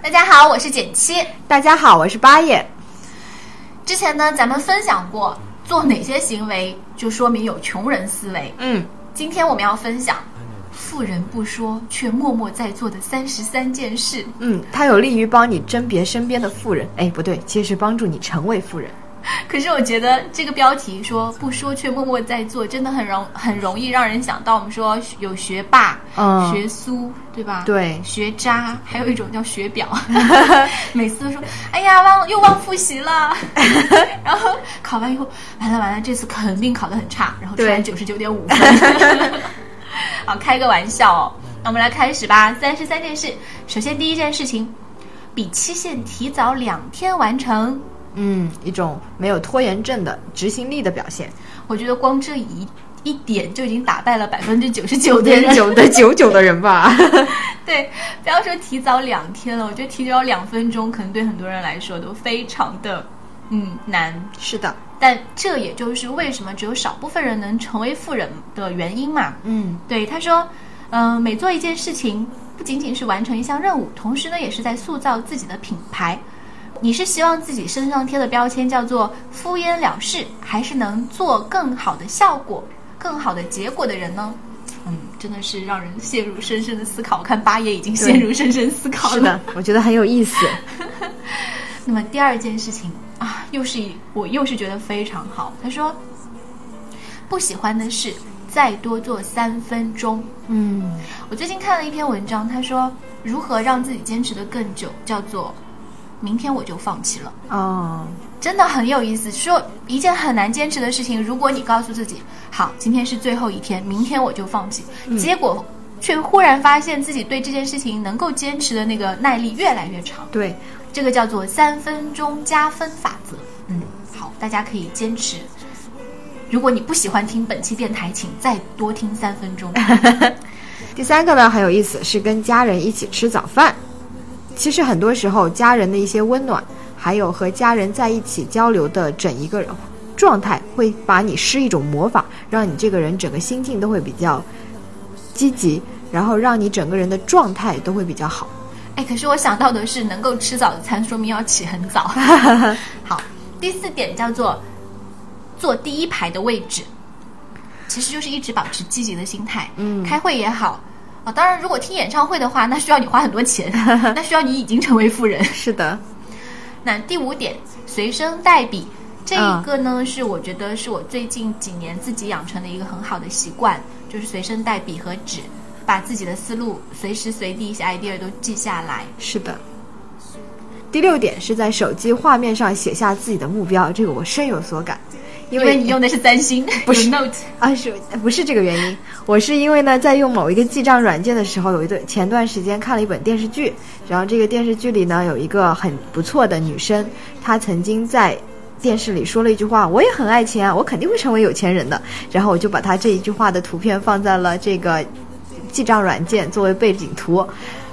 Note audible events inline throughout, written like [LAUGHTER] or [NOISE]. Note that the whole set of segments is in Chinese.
大家好，我是减七。大家好，我是八爷。之前呢，咱们分享过做哪些行为就说明有穷人思维。嗯，今天我们要分享富人不说却默默在做的三十三件事。嗯，它有利于帮你甄别身边的富人，哎，不对，其实是帮助你成为富人。可是我觉得这个标题说不说却默默在做，真的很容很容易让人想到我们说有学霸、嗯学苏，对吧？对学渣，还有一种叫学表， [LAUGHS] 每次都说哎呀忘又忘复习 [LAUGHS] 了，然后考完以后完了完了，这次肯定考得很差，然后突然对九十九点五分。 [LAUGHS] 好，开个玩笑哦。那我们来开始吧，三十三件事。首先第一件事情，比期限提早两天完成。嗯，一种没有拖延症的执行力的表现。我觉得光这一一点就已经打败了百分之九十九的点人。九的九九的人吧。 [LAUGHS] 对，不要说提早两天了，我觉得提早两分钟，可能对很多人来说都非常的嗯难。 [LAUGHS] 是的，但这也就是为什么只有少部分人能成为富人的原因嘛。嗯，对，他说，嗯、每做一件事情，不仅仅是完成一项任务，同时呢，也是在塑造自己的品牌。你是希望自己身上贴的标签叫做敷衍了事，还是能做更好的效果、更好的结果的人呢？嗯，真的是让人陷入深深的思考。我看八爷已经陷入深深思考是了的。，我觉得很有意思。 [LAUGHS] 那么第二件事情啊，又是一我又是觉得非常好。他说，不喜欢的事再多做三分钟。嗯，我最近看了一篇文章，他说如何让自己坚持的更久，叫做“明天我就放弃了哦，”，真的很有意思。说一件很难坚持的事情，如果你告诉自己“好，今天是最后一天，明天我就放弃”，结果却忽然发现自己对这件事情能够坚持的那个耐力越来越长，对，这个叫做三分钟加分法则。嗯，好，大家可以坚持。如果你不喜欢听本期电台，请再多听三分钟。第三个呢很有意思，是跟家人一起吃早饭。其实很多时候，家人的一些温暖，还有和家人在一起交流的整一个状态，会把你施一种魔法，让你这个人整个心境都会比较积极，然后让你整个人的状态都会比较好。哎，可是我想到的是，能够吃早餐，说明要起很 [LAUGHS] 早。好，第四点叫做坐第一排的位置，其实就是一直保持积极的心态。嗯开会也好啊、当然如果听演唱会的话，那需要你花很多 [LAUGHS] 钱，那需要你已经成为富人。是的，那第五点，随身带笔。这嗯一个呢，是我觉得是我最近几年自己养成的一个很好的习惯，就是随身带笔和纸，把自己的思路随时随地一些 idea 都记下来。是的。第六点是在手机画面上写下自己的目标，这个我深有所感，因因为你用的是三 [LAUGHS] 星，不是有 Note。啊，是不是这个原因？我是因为呢，在用某一个记账软件的时候，有一段前段时间看了一本电视剧，然后这个电视剧里呢有一个很不错的女生，她曾经在电视里说了一句话：“我也很爱钱啊，我肯定会成为有钱人的。”然后我就把她这一句话的图片放在了这个记账软件作为背景图。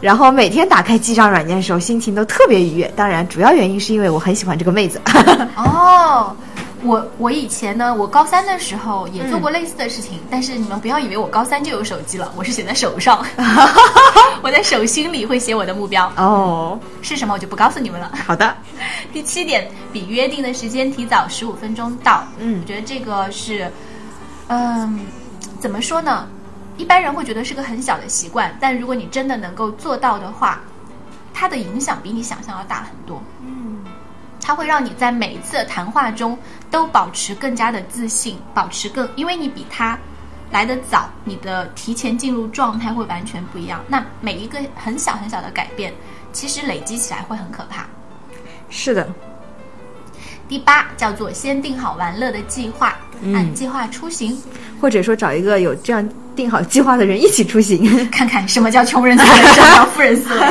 然后每天打开记账软件的时候，心情都特别愉悦。当然，主要原因是因为我很喜欢这个妹子。 [LAUGHS] 哦，我我以前呢，我高三的时候也做过类似的事情，但是你们不要以为我高三就有手机了，我是写在手 [LAUGHS] 上，我在手心里会写我的目标哦，是什么，我就不告诉你们了。好的，第七点，比约定的时间提早十五分钟到。嗯我觉得这个是，嗯，怎么说呢？一般人会觉得是个很小的习惯，但如果你真的能够做到的话，它的影响比你想象要大很多。嗯，它会让你在每一次的谈话中都保持更加的自信，保持更，因为你比他来得早，你的提前进入状态会完全不一样。那每一个很小很小的改变，其实累积起来会很可怕。是的，第八叫做先定好玩乐的计划，嗯按计划出行，或者说找一个有这样定好计划的人一起出行。 [LAUGHS] 看看什么叫穷人思维，什么叫富人思维。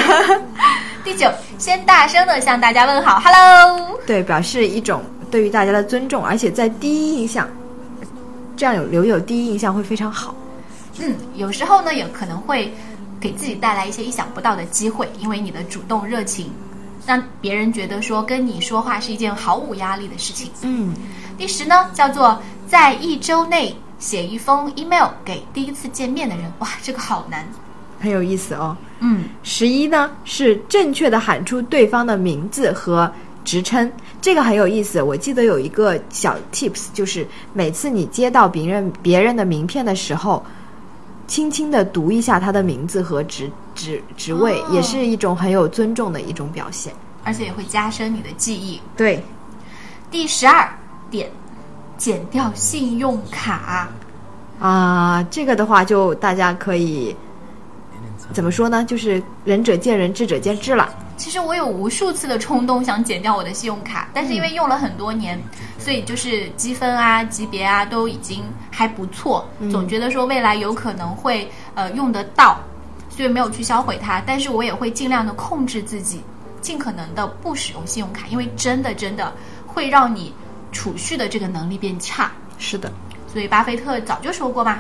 第九，先大声的向大家问好，Hello。对，表示一种对于大家的尊重，而且在第一印象，这样有留有第一印象会非常好。嗯，有时候呢，也可能会给自己带来一些意想不到的机会，因为你的主动热情，让别人觉得说跟你说话是一件毫无压力的事情。嗯，第十呢，叫做在一周内写一封 email 给第一次见面的人。哇，这个好难。很有意思哦。嗯，十一呢是正确的喊出对方的名字和职称，这个很有意思。我记得有一个小 tips，就是每次你接到别人别人的名片的时候，轻轻的读一下他的名字和职职职位，哦也是一种很有尊重的一种表现。而且也会加深你的记忆。对，第十二点，减掉信用卡。啊、这个的话就大家可以怎么说呢？就是仁者见仁，智者见智了。其实我有无数次的冲动想减掉我的信用卡，但是因为用了很多年，所以就是积分啊、级别啊都已经还不错，总觉得说未来有可能会呃用得到，所以没有去销毁它。但是我也会尽量的控制自己，尽可能的不使用信用卡，因为真的真的会让你储蓄的这个能力变差。是的，所以巴菲特早就说过嘛，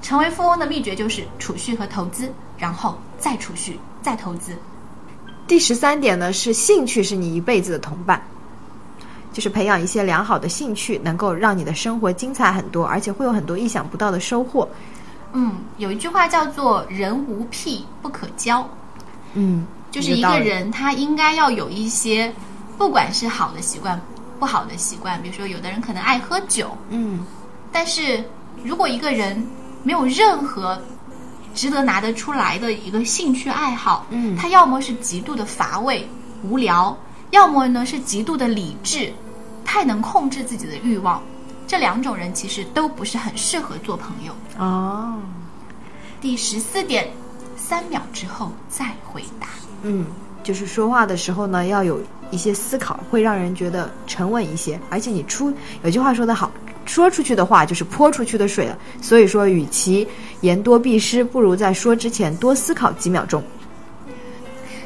成为富翁的秘诀就是储蓄和投资，然后再储蓄，再投资。第十三点呢是兴趣是你一辈子的同伴，就是培养一些良好的兴趣，能够让你的生活精彩很多，而且会有很多意想不到的收获。嗯，有一句话叫做“人无癖不可交嗯”，，就是一有道个理人他应该要有一些，不管是好的习惯、不好的习惯，比如说有的人可能爱喝酒，嗯，但是如果一个人没有任何值得拿得出来的一个兴趣爱好，嗯他要么是极度的乏味无聊，要么呢是极度的理智，太能控制自己的欲望。这两种人其实都不是很适合做朋友。哦，第十四点，三秒之后再回答。嗯，就是说话的时候呢，要有一些思考，会让人觉得沉稳一些。而且你出有句话说得好，说出去的话就是泼出去的水了。所以说，与其言多必失，不如在说之前多思考几秒钟。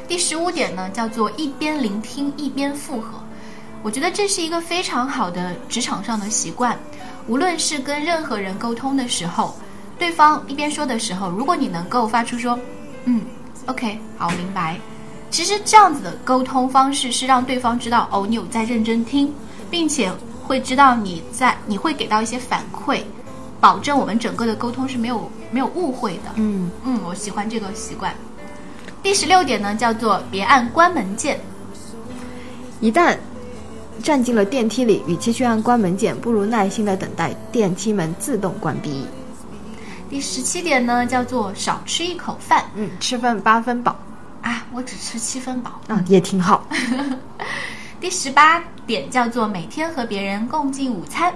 第十五点呢，叫做一边聆听一边附和。我觉得这是一个非常好的职场上的习惯。无论是跟任何人沟通的时候，对方一边说的时候，如果你能够发出说“嗯，OK，好，明白”，其实这样子的沟通方式是让对方知道哦，你有在认真听，并且会知道你在，你会给到一些反馈，保证我们整个的沟通是没有没有误会的。嗯，嗯，我喜欢这个习惯。第十六点呢，叫做别按关门键。一旦站进了电梯里，与其去按关门键，不如耐心的等待电梯门自动关闭。第十七点呢，叫做少吃一口饭嗯，吃饭八分饱啊，我只吃七分饱。 [LAUGHS] 啊，也挺好。第十八点叫做每天和别人共进午餐。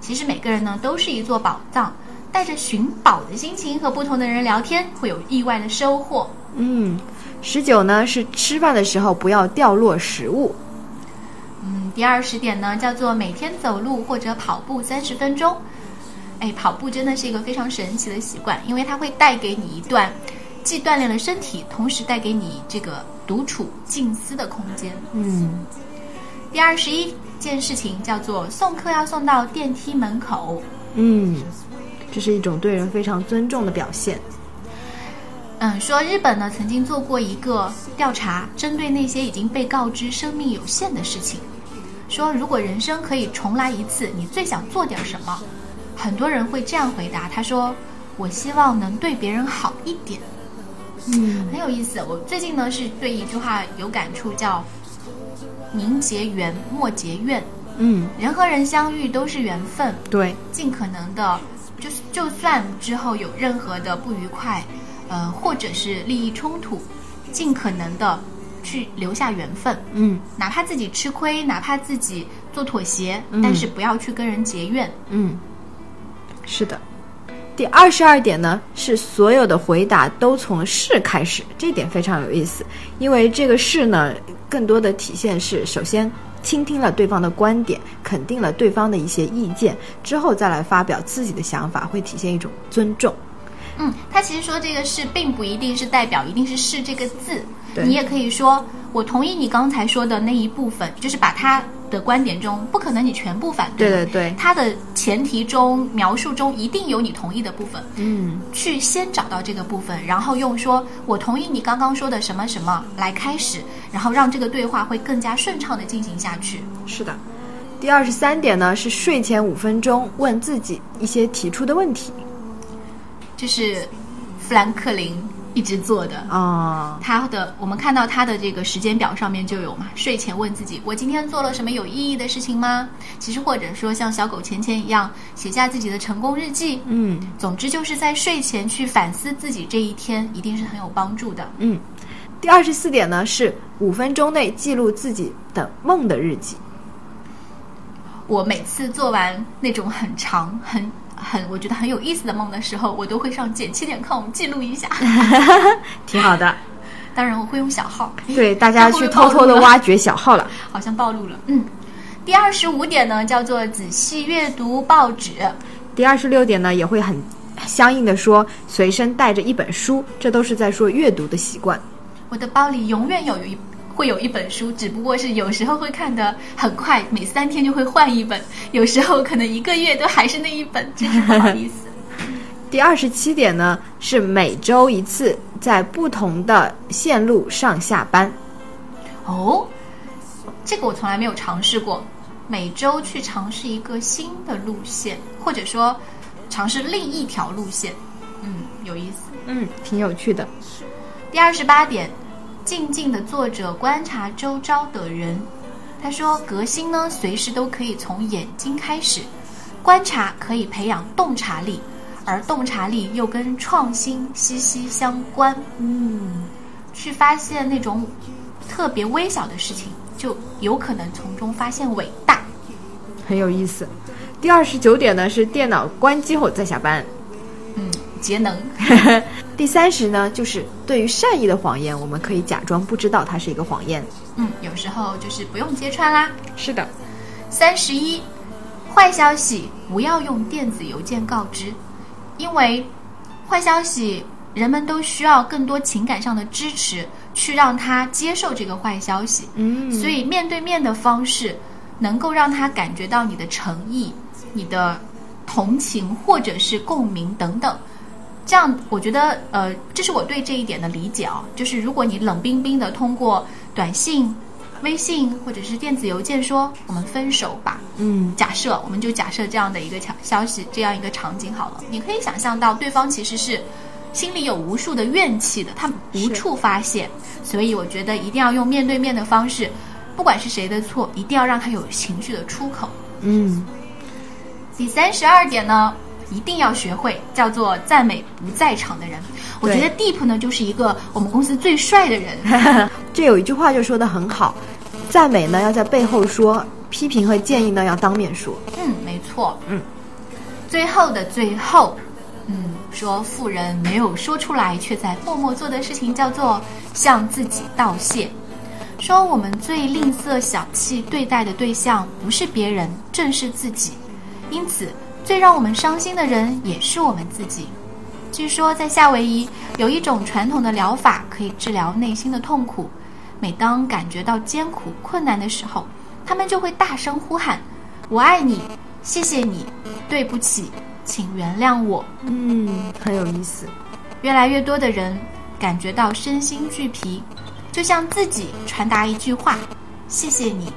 其实每个人呢都是一座宝藏，带着寻宝的心情和不同的人聊天，会有意外的收获。嗯，十九呢是吃饭的时候不要掉落食物。嗯，第二十点呢叫做每天走路或者跑步三十分钟。哎，跑步真的是一个非常神奇的习惯，因为它会带给你一段既锻炼了身体，同时带给你这个独处静思的空间。嗯，第二十一件事情叫做送客要送到电梯门口。嗯，这是一种对人非常尊重的表现。嗯，说日本呢曾经做过一个调查，针对那些已经被告知生命有限的事情，说如果人生可以重来一次，你最想做点什么？很多人会这样回答，他说：“我希望能对别人好一点。”嗯，很有意思。我最近呢是对一句话有感触，叫“宁结缘，莫结怨”。嗯，人和人相遇都是缘分，对，尽可能的，就是就算之后有任何的不愉快，呃，或者是利益冲突，尽可能的去留下缘分，嗯哪怕自己吃亏，哪怕自己做妥协，嗯但是不要去跟人结怨。嗯，是的。第二十二点呢，是所有的回答都从是开始，这点非常有意思，因为这个是呢，更多的体现是首先倾听了对方的观点，肯定了对方的一些意见，之后再来发表自己的想法，会体现一种尊重。嗯，他其实说这个是，并不一定是代表一定是“是”这个字，对你也可以说我同意你刚才说的那一部分，就是把他的观点中不可能你全部反对对对对，他的前提中描述中一定有你同意的部分，嗯，去先找到这个部分，然后用说“我同意你刚刚说的什么什么”来开始，然后让这个对话会更加顺畅的进行下去。是的。第二十三点呢是睡前五分钟问自己一些提出的问题这是富兰克林一直做的。啊、他的我们看到他的这个时间表上面就有嘛，睡前问自己：我今天做了什么有意义的事情吗？其实或者说像小狗钱钱一样，写下自己的成功日记。嗯。总之就是在睡前去反思自己这一天，一定是很有帮助的。嗯，第二十四点呢是五分钟内记录自己的梦的日记。我每次做完那种很长、很很我觉得很有意思的梦的时候，我都会上减七点 com 记录一下。 [LAUGHS] 挺好的，当然我会用小号，对大家去偷偷会不会暴露的了挖掘小号了。好像暴露了。嗯，第二十五点呢叫做仔细阅读报纸。第二十六点呢也会很相应的说随身带着一本书，这都是在说阅读的习惯。我的包里永远有一会有一本书，只不过是有时候会看的很快，每三天就会换一本，有时候可能一个月都还是那一本，真是不好意思。 [LAUGHS] 第二十七点呢是每周一次在不同的线路上下班。哦，这个我从来没有尝试过，每周去尝试一个新的路线，或者说尝试另一条路线，嗯，有意思。嗯，挺有趣的。第二十八点，静静的坐着观察周遭的人。他说，革新呢，随时都可以从眼睛开始，观察可以培养洞察力，而洞察力又跟创新息息相关。嗯，去发现那种特别微小的事情，就有可能从中发现伟大。很有意思。第二十九点呢是电脑关机后再下班。嗯，节能。第三十呢，就是对于善意的谎言，我们可以假装不知道它是一个谎言。嗯，有时候就是不用揭穿啦。是的，三十一，坏消息不要用电子邮件告知，因为坏消息人们都需要更多情感上的支持，去让他接受这个坏消息。嗯，所以面对面的方式能够让他感觉到你的诚意、你的同情或者是共鸣等等。这样，我觉得，呃，这是我对这一点的理解啊。就是如果你冷冰冰的通过短信、微信或者是电子邮件说“我们分手吧”，嗯，假设我们就假设这样的一个场消息，这样一个场景好了，你可以想象到对方其实是心里有无数的怨气的，他无是处发泄，所以我觉得一定要用面对面的方式，不管是谁的错，一定要让他有情绪的出口。嗯，第三十二点呢，一定要学会叫做赞美不在场的人。我觉对得 Deep 呢就是一个我们公司最帅的人，这有一句话就说的很好，赞美呢要在背后说，批评和建议呢要当面说。嗯，没错。嗯，最后的最后，嗯，说富人没有说出来，却在默默做的事情叫做向自己道谢。说我们最吝啬、小气对待的对象不是别人，正是自己。因此，最让我们伤心的人也是我们自己。据说在夏威夷有一种传统的疗法可以治疗内心的痛苦。每当感觉到艰苦困难的时候，他们就会大声呼喊：“我爱你，谢谢你，对不起，请原谅我。嗯，很有意思。”越来越多的人感觉到身心俱疲，就向自己传达一句话：“谢谢你”，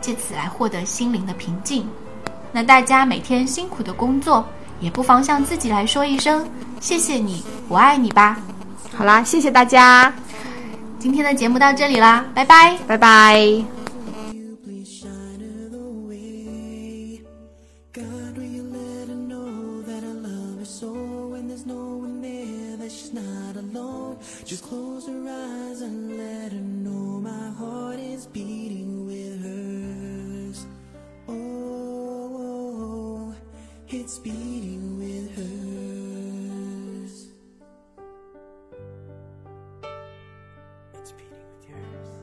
借此来获得心灵的平静。那大家每天辛苦的工作，也不妨向自己来说一声“谢谢你，我爱你”吧。好啦，谢谢大家，今天的节目到这里啦，拜拜。拜拜。 you please shine her the way? God, will you let her know that I love her so when there's no one there, that she's not alone? Just close her eyes and let her know my heart is beating with hers. Oh, it's beating with hers. It's beating with yours.